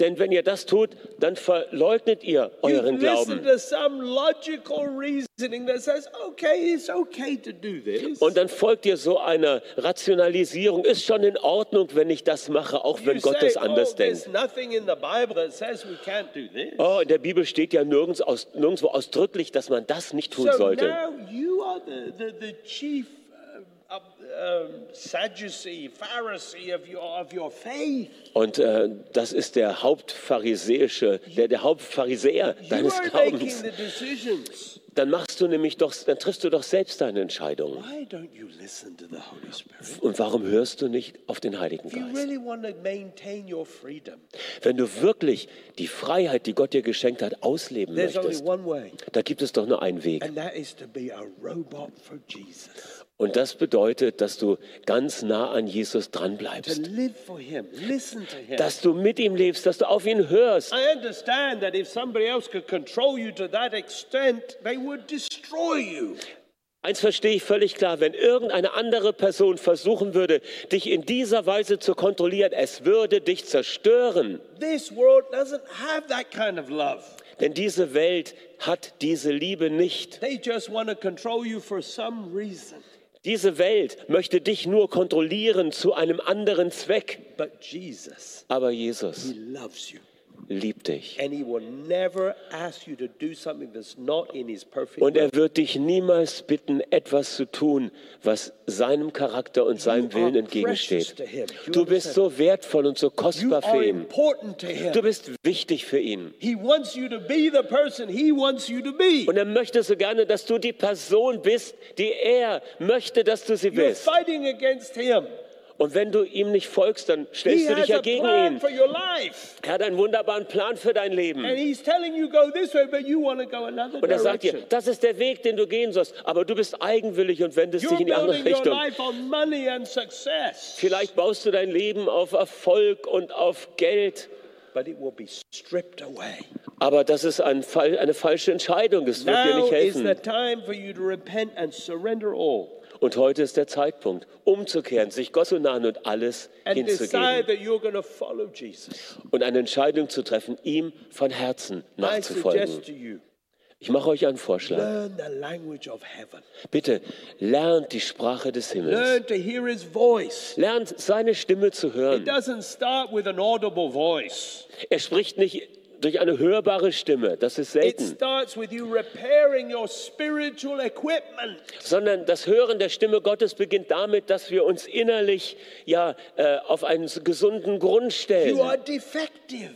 B: Denn wenn ihr das tut, dann verleugnet ihr
A: You've
B: euren
A: listened
B: Glauben.
A: to some logical reasoning that says, okay, it's okay to do this.
B: Und dann folgt ihr so einer Rationalisierung. Ist schon in Ordnung, wenn ich das mache, auch wenn
A: You
B: Gott
A: say,
B: es anders
A: oh,
B: denkt.
A: There's nothing in the Bible that says we can't do this.
B: Oh, in der Bibel steht ja nirgends aus, nirgendwo ausdrücklich, dass man das nicht tun
A: so
B: sollte.
A: now you are the, the, the chief uh, um, Sadducee, Pharisee of your, of your faith.
B: Und äh, das ist der hauptpharisäische, der, der Hauptpharisäer
A: You
B: deines
A: are making
B: Glaubens.
A: the decisions.
B: Dann machst du nämlich doch, dann triffst du doch selbst deine Entscheidung.
A: Why don't you listen to the Holy Spirit?
B: Und warum hörst du nicht auf den Heiligen
A: If you
B: Geist?
A: really want to maintain your freedom,
B: Wenn du wirklich die Freiheit, die Gott dir geschenkt hat, ausleben
A: there's only
B: möchtest,
A: one way,
B: da gibt es doch nur einen Weg.
A: and that is to be a robot for Jesus.
B: Und das bedeutet, dass du ganz nah an Jesus dran
A: To
B: bleibst,
A: live for Him, listen to Him.
B: dass du mit ihm lebst, dass du auf ihn hörst.
A: I understand that if somebody else could control you to that extent, they would destroy you.
B: Eins verstehe ich völlig klar, wenn irgendeine andere Person versuchen würde, dich in dieser Weise zu kontrollieren, es würde dich zerstören.
A: This world doesn't have that kind of love.
B: Denn diese Welt hat diese Liebe nicht.
A: They just want to control you for some reason.
B: Diese Welt möchte dich nur kontrollieren zu einem anderen Zweck.
A: But Jesus,
B: Aber
A: He
B: Jesus
A: loves you.
B: liebt dich.
A: And he will never ask you to do something that's not in his perfect
B: Und
A: will.
B: er wird dich niemals bitten, etwas zu tun, was seinem Charakter und seinem
A: You
B: Willen
A: are precious
B: entgegensteht.
A: to him. You
B: Du bist
A: understand?
B: so wertvoll und so
A: You
B: kostbar
A: are
B: für ihn.
A: important to him.
B: Du bist wichtig für ihn.
A: He wants you to be the person he wants you to be.
B: Und er möchte so gerne, dass du die Person bist, die er möchte, dass du sie
A: You're
B: bist.
A: fighting against him.
B: Und wenn du ihm nicht folgst, dann stellst
A: He
B: du dich
A: has
B: ja
A: a
B: gegen
A: plan
B: ihn.
A: for your life.
B: Er hat einen wunderbaren Plan für dein Leben.
A: And he's telling you go this way, but you want to go another
B: Und er sagt dir,
A: direction.
B: das ist der Weg, den du gehen sollst. Aber du bist eigenwillig und wendest dich
A: You're
B: in die andere
A: building your
B: Richtung.
A: life on money and success.
B: Vielleicht baust du dein Leben auf Erfolg und auf Geld.
A: But it will be stripped away.
B: Aber das ist ein, Fall- eine falsche Entscheidung. Es wird dir
A: Now
B: nicht
A: is the
B: helfen.
A: time for you to repent and surrender all.
B: Und heute ist der Zeitpunkt, umzukehren, sich Gott zu nahen und alles
A: And decide
B: hinzugeben.
A: that you're going to follow Jesus.
B: Und eine Entscheidung zu treffen, ihm von Herzen
A: I
B: nachzufolgen.
A: suggest to you,
B: Ich mache euch einen Vorschlag.
A: learn the language of heaven.
B: Bitte lernt die Sprache des Himmels.
A: Learn to hear his voice.
B: Lernt seine Stimme zu
A: It
B: hören.
A: doesn't start with an audible voice.
B: Er spricht nicht durch eine hörbare Stimme, das ist
A: It
B: selten,
A: starts with you repairing your spiritual equipment.
B: sondern das Hören der Stimme Gottes beginnt damit, dass wir uns innerlich ja äh, auf einen gesunden Grund
A: You
B: stellen.
A: are defective.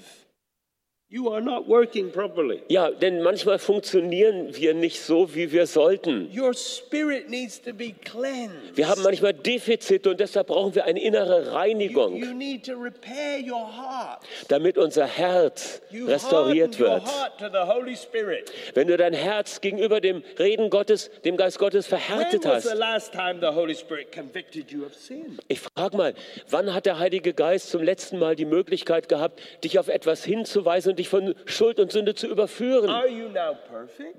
A: You are not working properly.
B: Ja, denn manchmal funktionieren wir nicht so, wie wir sollten.
A: Your spirit needs to be cleansed.
B: Wir haben manchmal Defizite und deshalb brauchen wir eine innere
A: You,
B: Reinigung,
A: you need to repair your heart.
B: damit unser Herz
A: You
B: restauriert
A: harden your
B: wird.
A: heart to the Holy Spirit.
B: Wenn du dein Herz gegenüber dem Reden Gottes, dem Geist Gottes
A: When
B: verhärtet
A: was the
B: hast,
A: last time the Holy Spirit convicted you of sin?
B: ich frage mal, wann hat der Heilige Geist zum letzten Mal die Möglichkeit gehabt, dich auf etwas hinzuweisen und dich von Schuld und Sünde zu überführen?
A: Are you now perfect?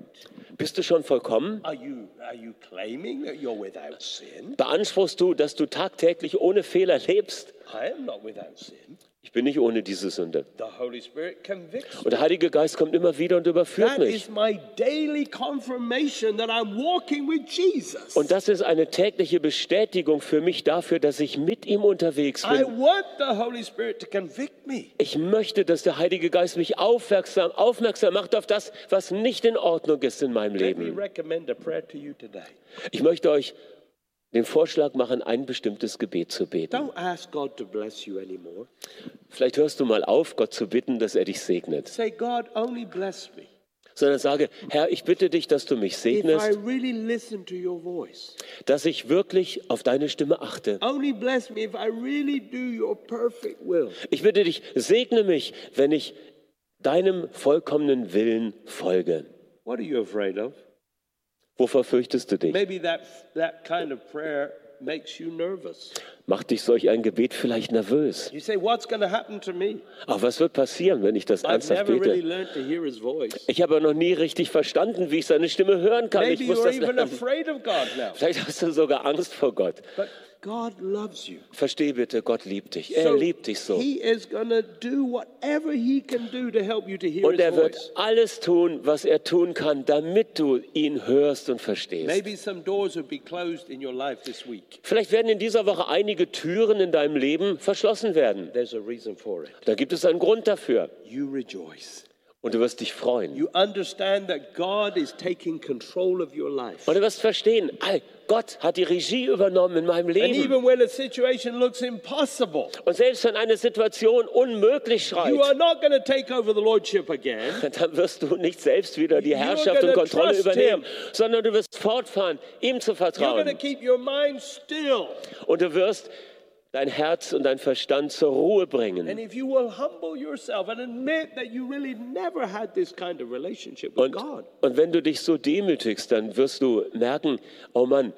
B: Bist du schon vollkommen?
A: Are you are you claiming that you're without sin?
B: Beanspruchst du, dass du tagtäglich ohne Fehler lebst?
A: I am not without sin.
B: Ich bin nicht ohne diese Sünde.
A: The Holy Spirit convicts
B: Und der Heilige Geist kommt immer wieder und überführt
A: That
B: mich.
A: is my daily confirmation that I'm walking with Jesus.
B: Und das ist eine tägliche Bestätigung für mich dafür, dass ich mit ihm unterwegs
A: I
B: bin.
A: want the Holy Spirit to convict me.
B: Ich möchte, dass der Heilige Geist mich aufmerksam, aufmerksam macht auf das, was nicht in Ordnung ist in meinem
A: Let me
B: Leben.
A: recommend a prayer to you today.
B: Ich möchte euch den Vorschlag machen, ein bestimmtes Gebet zu beten.
A: Don't ask God to bless you anymore.
B: Vielleicht hörst du mal auf, Gott zu bitten, dass er dich segnet,
A: Say, God, only bless me
B: sondern sage, Herr, ich bitte dich, dass du mich
A: if I
B: segnest,
A: really listen to your voice.
B: dass ich wirklich auf deine Stimme achte.
A: Only bless me if I really do your perfect will.
B: Ich bitte dich, segne mich, wenn ich deinem vollkommenen Willen folge.
A: What are you afraid of?
B: Wovor fürchtest du dich?
A: Maybe that, that kind of prayer makes you nervous.
B: Macht dich solch ein Gebet vielleicht nervös?
A: You say, What's going to happen to me?
B: Aber was wird passieren, wenn ich das
A: I've
B: ernsthaft
A: never really
B: bete?
A: learned to hear his voice.
B: Ich habe noch nie richtig verstanden, wie ich seine Stimme hören kann. Ich
A: Maybe
B: muss
A: you're
B: das
A: even
B: lernen.
A: afraid of God now.
B: Vielleicht hast du sogar Angst vor Gott.
A: But God loves you.
B: Versteh bitte, Gott liebt dich. Er liebt dich so.
A: He is going to do whatever he can do to help you to hear
B: Und
A: his
B: er
A: voice.
B: wird alles tun, was er tun kann, damit du ihn hörst und verstehst.
A: Maybe some doors will be closed in your life this week.
B: Vielleicht werden in dieser Woche einige Türen in deinem Leben verschlossen werden.
A: There's a reason for it.
B: Da gibt es einen Grund dafür.
A: You rejoice.
B: Und du wirst dich freuen.
A: You understand that God is taking control of your life.
B: Und du wirst verstehen, ey, Gott hat die Regie übernommen in meinem
A: And
B: Leben.
A: even when a situation looks impossible,
B: Und selbst wenn eine Situation unmöglich
A: you are
B: schreit,
A: not going to take over the lordship again.
B: <laughs> dann wirst du nicht selbst wieder die
A: You're
B: Herrschaft
A: gonna
B: und Kontrolle
A: trust
B: übernehmen,
A: him.
B: sondern du wirst fortfahren, ihm zu
A: You're going to
B: vertrauen.
A: keep your mind still.
B: Und du wirst dein Herz und dein Verstand zur Ruhe
A: And
B: bringen.
A: if you will humble yourself and admit that you really never had this kind of relationship with
B: Und,
A: God,
B: und wenn du dich so demütigst, dann wirst du merken, oh Mann,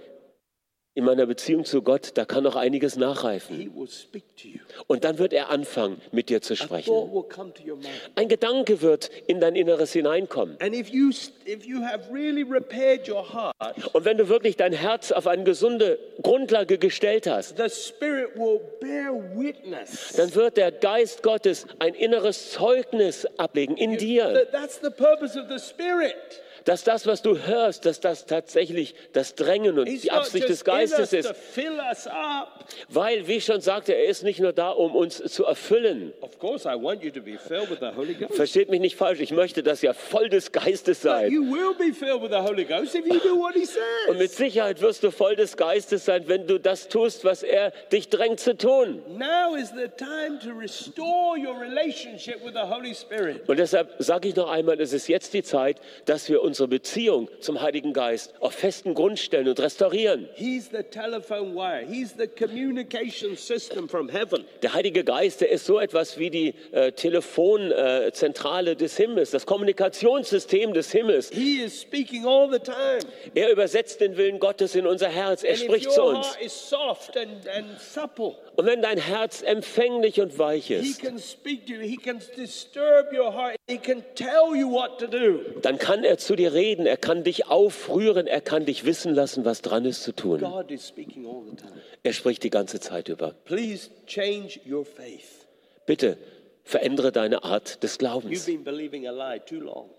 B: in meiner Beziehung zu Gott, da kann noch einiges nachreifen.
A: He will speak to you.
B: Und dann wird er anfangen, mit dir zu
A: A
B: sprechen.
A: thought will come to your mind.
B: Ein Gedanke wird in dein Inneres hineinkommen.
A: And if you, st- if you have really repaired your heart,
B: Und wenn du wirklich dein Herz auf eine gesunde Grundlage gestellt hast,
A: the Spirit will bear witness.
B: dann wird der Geist Gottes ein inneres Zeugnis ablegen in dir,
A: That, that's the purpose of the Spirit.
B: dass das, was du hörst, dass das tatsächlich das Drängen und
A: He's
B: die
A: not
B: Absicht des
A: just in us
B: Geistes
A: to
B: ist.
A: fill us up.
B: Weil, wie ich schon sagte, er ist nicht nur da, um uns zu erfüllen.
A: Of course, I want you to be filled with the Holy Ghost.
B: Versteht mich nicht falsch, ich möchte, dass ihr voll des Geistes
A: But
B: seid.
A: you will be filled with the Holy Ghost if you do what He says.
B: Und mit Sicherheit wirst du voll des Geistes sein, wenn du das tust, was er dich drängt zu tun.
A: Now is the time to restore your relationship with the Holy Spirit.
B: Und deshalb sage ich noch einmal, es ist jetzt die Zeit, dass wir uns unsere Beziehung zum Heiligen Geist auf festen Grund stellen und restaurieren.
A: He's the telephone wire. He's the communication system from heaven.
B: Der Heilige Geist, der ist so etwas wie die äh, Telefonzentrale des Himmels, das Kommunikationssystem des Himmels.
A: He is speaking all the time.
B: Er übersetzt den Willen Gottes in unser Herz. Er
A: And if
B: spricht
A: your
B: zu uns.
A: heart is soft and, and supple,
B: Und wenn dein Herz empfänglich und weich
A: he
B: ist,
A: can speak to you. He can disturb your heart. He can tell you what to do.
B: dann kann er zu dir reden, er kann dich aufrühren, er kann dich wissen lassen, was dran ist zu tun.
A: God is speaking all the time.
B: Er spricht die ganze Zeit über.
A: Please change your faith.
B: Bitte verändere deine Art des
A: You've
B: Glaubens.
A: been believing a lie too long.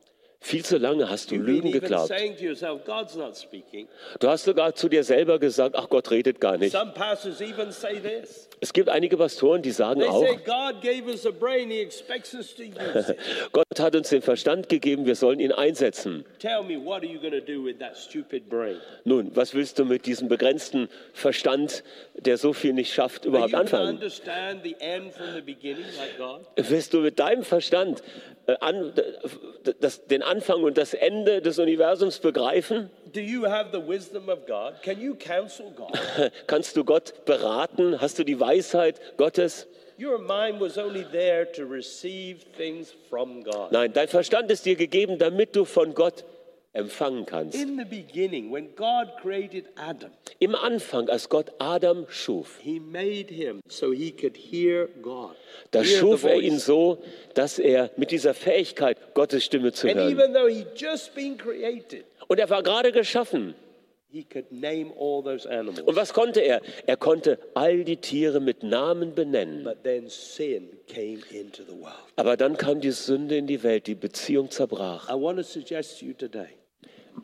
B: Viel zu lange hast du
A: You've been
B: Lügen
A: even
B: geglaubt.
A: saying to yourself, God's not speaking.
B: Du hast sogar zu dir selber gesagt, ach Gott redet gar nicht.
A: Some pastors even say this.
B: Es gibt einige Pastoren, die sagen
A: They
B: auch,
A: say God gave us a brain, He expects us to use it.
B: Gott hat uns den Verstand gegeben, wir sollen ihn einsetzen.
A: Tell me, what are you going to do with that stupid brain?
B: Nun, was willst du mit diesem begrenzten Verstand, der so viel nicht schafft,
A: Are you
B: überhaupt
A: going to
B: anfangen?
A: understand the end from the beginning like God?
B: Wirst du mit deinem Verstand äh, an, d- das, den Anfang und das Ende des Universums begreifen?
A: Do you have the wisdom of God? Can you counsel God?
B: Kannst du Gott beraten? Hast du die Weisheit Gottes?
A: Your mind was only there to receive things from God.
B: Nein, dein Verstand ist dir gegeben, damit du von Gott empfangen kannst.
A: In the beginning, when God created Adam,
B: Im Anfang, als Gott Adam schuf,
A: He made him so he could hear God.
B: da
A: hear the
B: schuf er
A: voice.
B: ihn so, dass er mit dieser Fähigkeit Gottes Stimme zu
A: And
B: hören.
A: even though he'd just been created,
B: Und er war gerade geschaffen.
A: he could name all those animals.
B: Und was konnte er? Er konnte all die Tiere mit Namen benennen.
A: But then sin came into the world.
B: Aber dann kam die Sünde in die Welt, die Beziehung zerbrach.
A: I want to suggest to you today.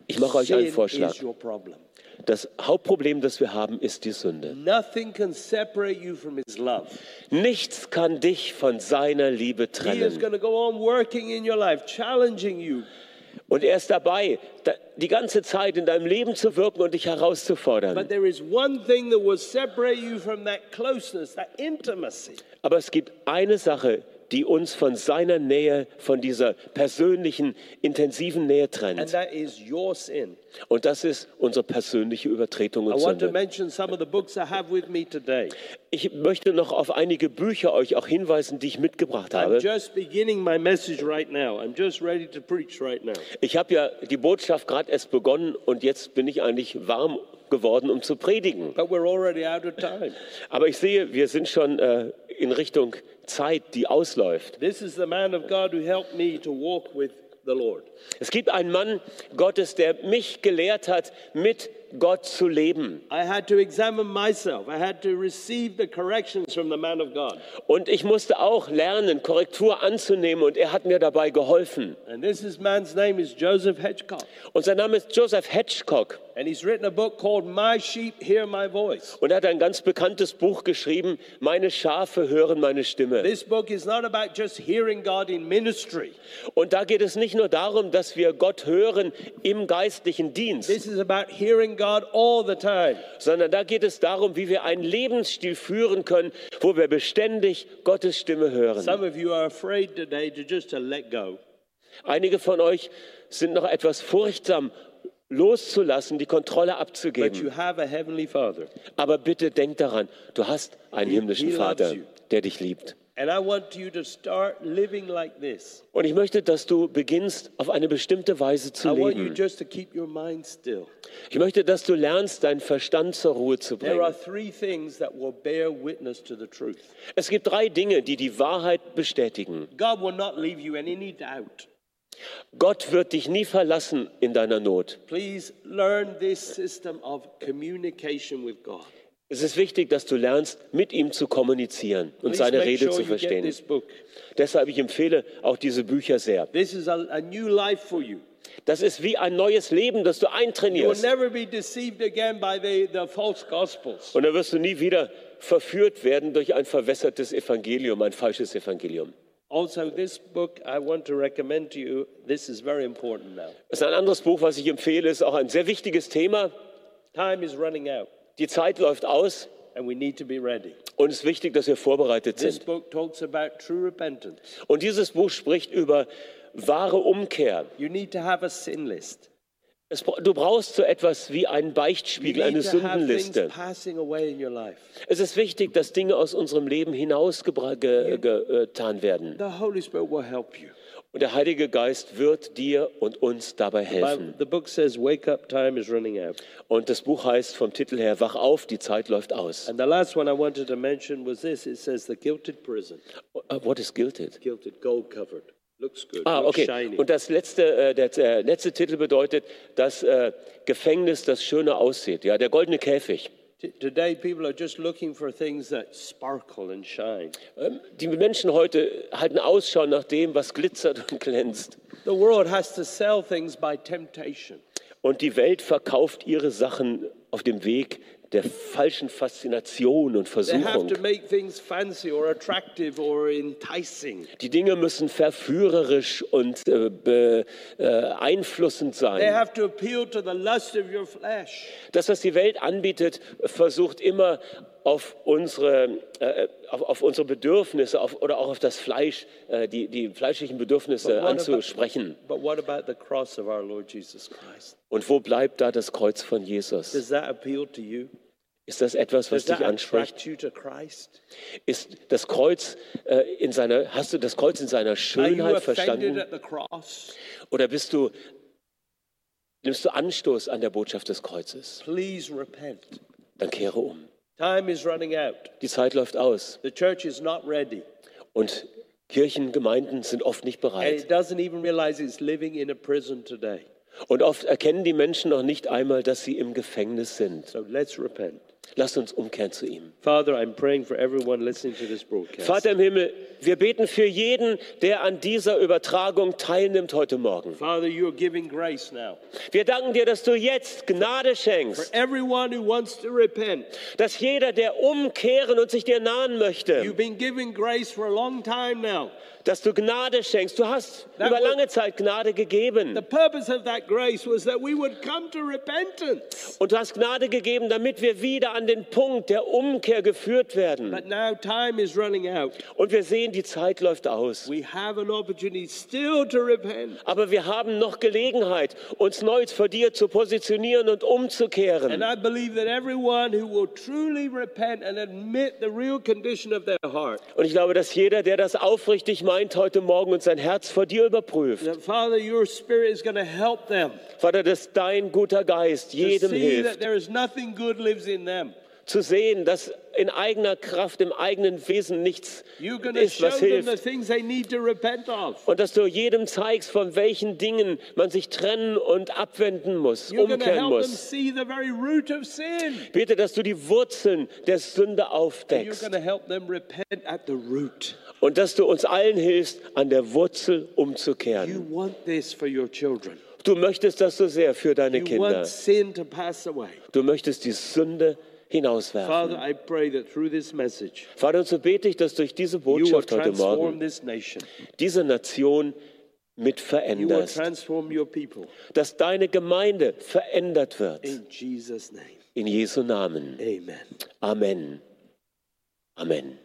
B: Ich mache euch einen
A: sin
B: Vorschlag.
A: is your problem.
B: Das Hauptproblem, das wir haben, ist die Sünde.
A: Nothing can separate you from his love.
B: Nichts kann dich von seiner Liebe
A: He is
B: trennen.
A: going to go on working in your life, challenging you,
B: Und er ist dabei, da- die ganze Zeit in deinem Leben zu wirken und dich
A: But
B: herauszufordern.
A: there is one thing that will separate you from that closeness, that intimacy.
B: Aber es gibt eine Sache, die uns von seiner Nähe, von dieser persönlichen, intensiven Nähe
A: And
B: trennt.
A: that is your sin.
B: Und das ist unsere persönliche Übertretung
A: I
B: und
A: want to
B: Sünde.
A: mention some of the books I have with me today.
B: Ich möchte noch auf einige Bücher euch auch hinweisen, die ich mitgebracht habe.
A: I'm just beginning my message right now. I'm just ready to preach right now.
B: Ich habe ja die Botschaft gerade erst begonnen und jetzt bin ich eigentlich warm geworden, um zu predigen.
A: But we're already out of time.
B: Aber ich sehe, wir sind schon äh, in Richtung Zeit, die ausläuft.
A: This is the man of God who helped me to walk with the Lord.
B: Es gibt einen Mann Gottes, der mich gelehrt hat, mit Gott zu leben.
A: I had to examine myself. I had to receive the corrections from the man of God.
B: Und ich musste auch lernen, Korrektur anzunehmen und er hat mir dabei geholfen.
A: And this is man's name is Joseph Hedgecock.
B: Und sein Name ist Joseph Hedgecock
A: And he's written a book called My Sheep Hear My Voice.
B: und er hat ein ganz bekanntes Buch geschrieben, Meine Schafe hören meine Stimme.
A: This book is not about just hearing God in ministry.
B: Und da geht es nicht nur darum, dass wir Gott hören im geistlichen Dienst.
A: This is about hearing God all the time.
B: sondern da geht es darum, wie wir einen Lebensstil führen können, wo wir beständig Gottes Stimme hören.
A: Some of you are afraid today to just to let go.
B: Einige von euch sind noch etwas furchtsam, loszulassen, die Kontrolle
A: But
B: abzugeben.
A: you have a heavenly Father.
B: Aber bitte denk daran, du hast einen himmlischen
A: he loves
B: Vater,
A: you.
B: der dich liebt.
A: And I want you to start living like this.
B: Und ich möchte, dass du beginnst, auf eine bestimmte Weise
A: I
B: zu
A: want you
B: leben.
A: just to keep your mind still.
B: Ich möchte, dass du lernst, deinen Verstand zur Ruhe zu
A: There are
B: bringen.
A: three things that will bear witness to the truth.
B: Es gibt drei Dinge, die die Wahrheit bestätigen.
A: God will not leave you in any doubt.
B: Gott wird dich nie verlassen in deiner Not.
A: Please learn this system of communication with God.
B: Es ist wichtig, dass du lernst, mit ihm zu kommunizieren und
A: Please
B: seine
A: make
B: Rede
A: sure
B: zu
A: you get
B: verstehen.
A: this book.
B: Deshalb ich empfehle auch diese Bücher sehr.
A: This is a, a new life for you.
B: Das ist wie ein neues Leben, das du
A: You will
B: eintrainierst.
A: never be deceived again by the, the false gospels.
B: Und dann wirst du nie wieder verführt werden durch ein verwässertes Evangelium, ein falsches Evangelium.
A: Also, this book I want to recommend to you. This is very important now.
B: Das ist ein anderes Buch, was ich empfehle, ist auch ein sehr wichtiges Thema.
A: Time is running out,
B: Die Zeit läuft aus
A: and we need to be ready.
B: und es ist wichtig, dass wir vorbereitet
A: This
B: sind.
A: book talks about true repentance.
B: Und dieses Buch spricht über wahre Umkehr.
C: You need to have a sin list.
B: Es, du brauchst so etwas wie einen Beichtspiegel,
C: you
B: eine
C: need to have
B: Sündenliste.
C: things passing away in your life.
B: Es ist wichtig, dass Dinge aus unserem Leben hinausgetan ge ge getan werden.
C: The Holy Spirit will help you.
B: Und der Heilige Geist wird dir und uns dabei helfen.
A: But the book says wake up time is running out.
B: Und das Buch heißt vom Titel her, wach auf, die Zeit läuft aus.
A: And the last one I wanted to mention was this. It says the gilded prison.
B: Uh, What is guilted?
A: Gilded, gold covered. Looks good.
B: Ah,
A: looks
B: okay.
A: shiny.
B: Und das letzte, äh, der, der letzte Titel bedeutet, das äh, Gefängnis, das schöner aussieht. Ja, der goldene Käfig.
A: T- Today people are just looking for things that sparkle and shine.
B: Ähm, die Menschen heute halten Ausschau nach dem, was glitzert und glänzt.
A: The world has to sell things by temptation.
B: Und die Welt verkauft ihre Sachen auf dem Weg der falschen Faszination und
A: They have
B: Versuchung.
A: to make things fancy or attractive or enticing.
B: Die Dinge müssen verführerisch und äh, be, äh, einflussend
A: They
B: sein.
A: have to appeal to the lust of your flesh.
B: Das, was die Welt anbietet, versucht immer auf unsere, äh, auf, auf unsere Bedürfnisse auf, oder auch auf das Fleisch, äh, die, die fleischlichen Bedürfnisse
A: what about-
B: anzusprechen.
A: But what about the cross of our Lord Jesus Christ?
B: Und wo bleibt da das Kreuz von Jesus?
A: Does that appeal to you?
B: Ist das etwas, was
A: Does that
B: dich anspricht?
A: attract you to Christ?
B: Ist das Kreuz äh, in seiner, hast du das Kreuz in seiner
A: Are you
B: Schönheit
A: offended
B: verstanden?
A: at the cross?
B: Oder bist du, nimmst du Anstoß an der Botschaft des Kreuzes?
A: Please repent.
B: Dann kehre um.
A: Time is running out.
B: Die Zeit läuft aus
A: The church is not ready.
B: und Kirchen, Gemeinden sind oft nicht
A: And
B: bereit.
A: it doesn't even realize it's living in a prison today.
B: Und oft erkennen die Menschen noch nicht einmal, dass sie im Gefängnis sind.
A: So let's repent.
B: Lasst uns umkehren zu ihm.
A: Father, I'm praying for everyone listening to this broadcast.
B: Vater im Himmel, wir beten für jeden, der an dieser Übertragung teilnimmt heute Morgen.
A: Father, you're giving grace now.
B: Wir danken dir, dass du jetzt Gnade
A: For
B: schenkst,
A: everyone who wants to repent,
B: dass jeder, der umkehren und sich dir nahen möchte,
A: you've been giving grace for a long time now.
B: dass du Gnade schenkst. Du hast über lange Zeit Gnade gegeben.
A: The purpose of that grace was that we would come to repentance.
B: Und du hast Gnade gegeben, damit wir wieder an den Punkt der Umkehr geführt werden.
A: But now time is running out.
B: Und wir sehen, die Zeit läuft aus.
A: We have an opportunity still to repent.
B: Aber wir haben noch Gelegenheit, uns neu vor dir zu positionieren und
A: And
B: umzukehren.
A: I believe that everyone who will truly repent and admit the real condition of their heart,
B: Und ich glaube, dass jeder, der das aufrichtig meint, heute Morgen und sein Herz vor dir überprüft.
A: that Father, your Spirit is going to help them
B: Vater, dass dein guter Geist
A: to
B: jedem
A: see that
B: hilft,
A: there is nothing good lives in them.
B: zu sehen, dass in eigener Kraft, im eigenen Wesen nichts
A: You're going to
B: ist,
A: show
B: was
A: them the
B: hilft.
A: things they need to repent of.
B: Und dass du jedem zeigst, von welchen Dingen man sich trennen und abwenden muss,
A: You're going to
B: umkehren
A: help them
B: muss.
A: see the very root of sin.
B: Bete, dass du die Wurzeln der Sünde
A: You're
B: aufdeckst
A: going to help them repent at the root.
B: und dass du uns allen hilfst, an der Wurzel
A: You
B: umzukehren.
A: want this for your children.
B: Du möchtest das so sehr für deine
A: You want
B: Kinder.
A: sin to pass away.
B: Du möchtest die Sünde
A: Father,
B: hinauswerfen.
A: I pray that through this message,
B: Vater, und so bete ich, dass durch diese
A: you will
B: Botschaft heute
A: transform
B: Morgen
A: this nation.
B: diese Nation mit
A: You will
B: veränderst,
A: transform your people.
B: dass deine Gemeinde verändert wird.
A: In Jesus' name,
B: In Jesu Namen.
A: amen.
B: Amen. Amen.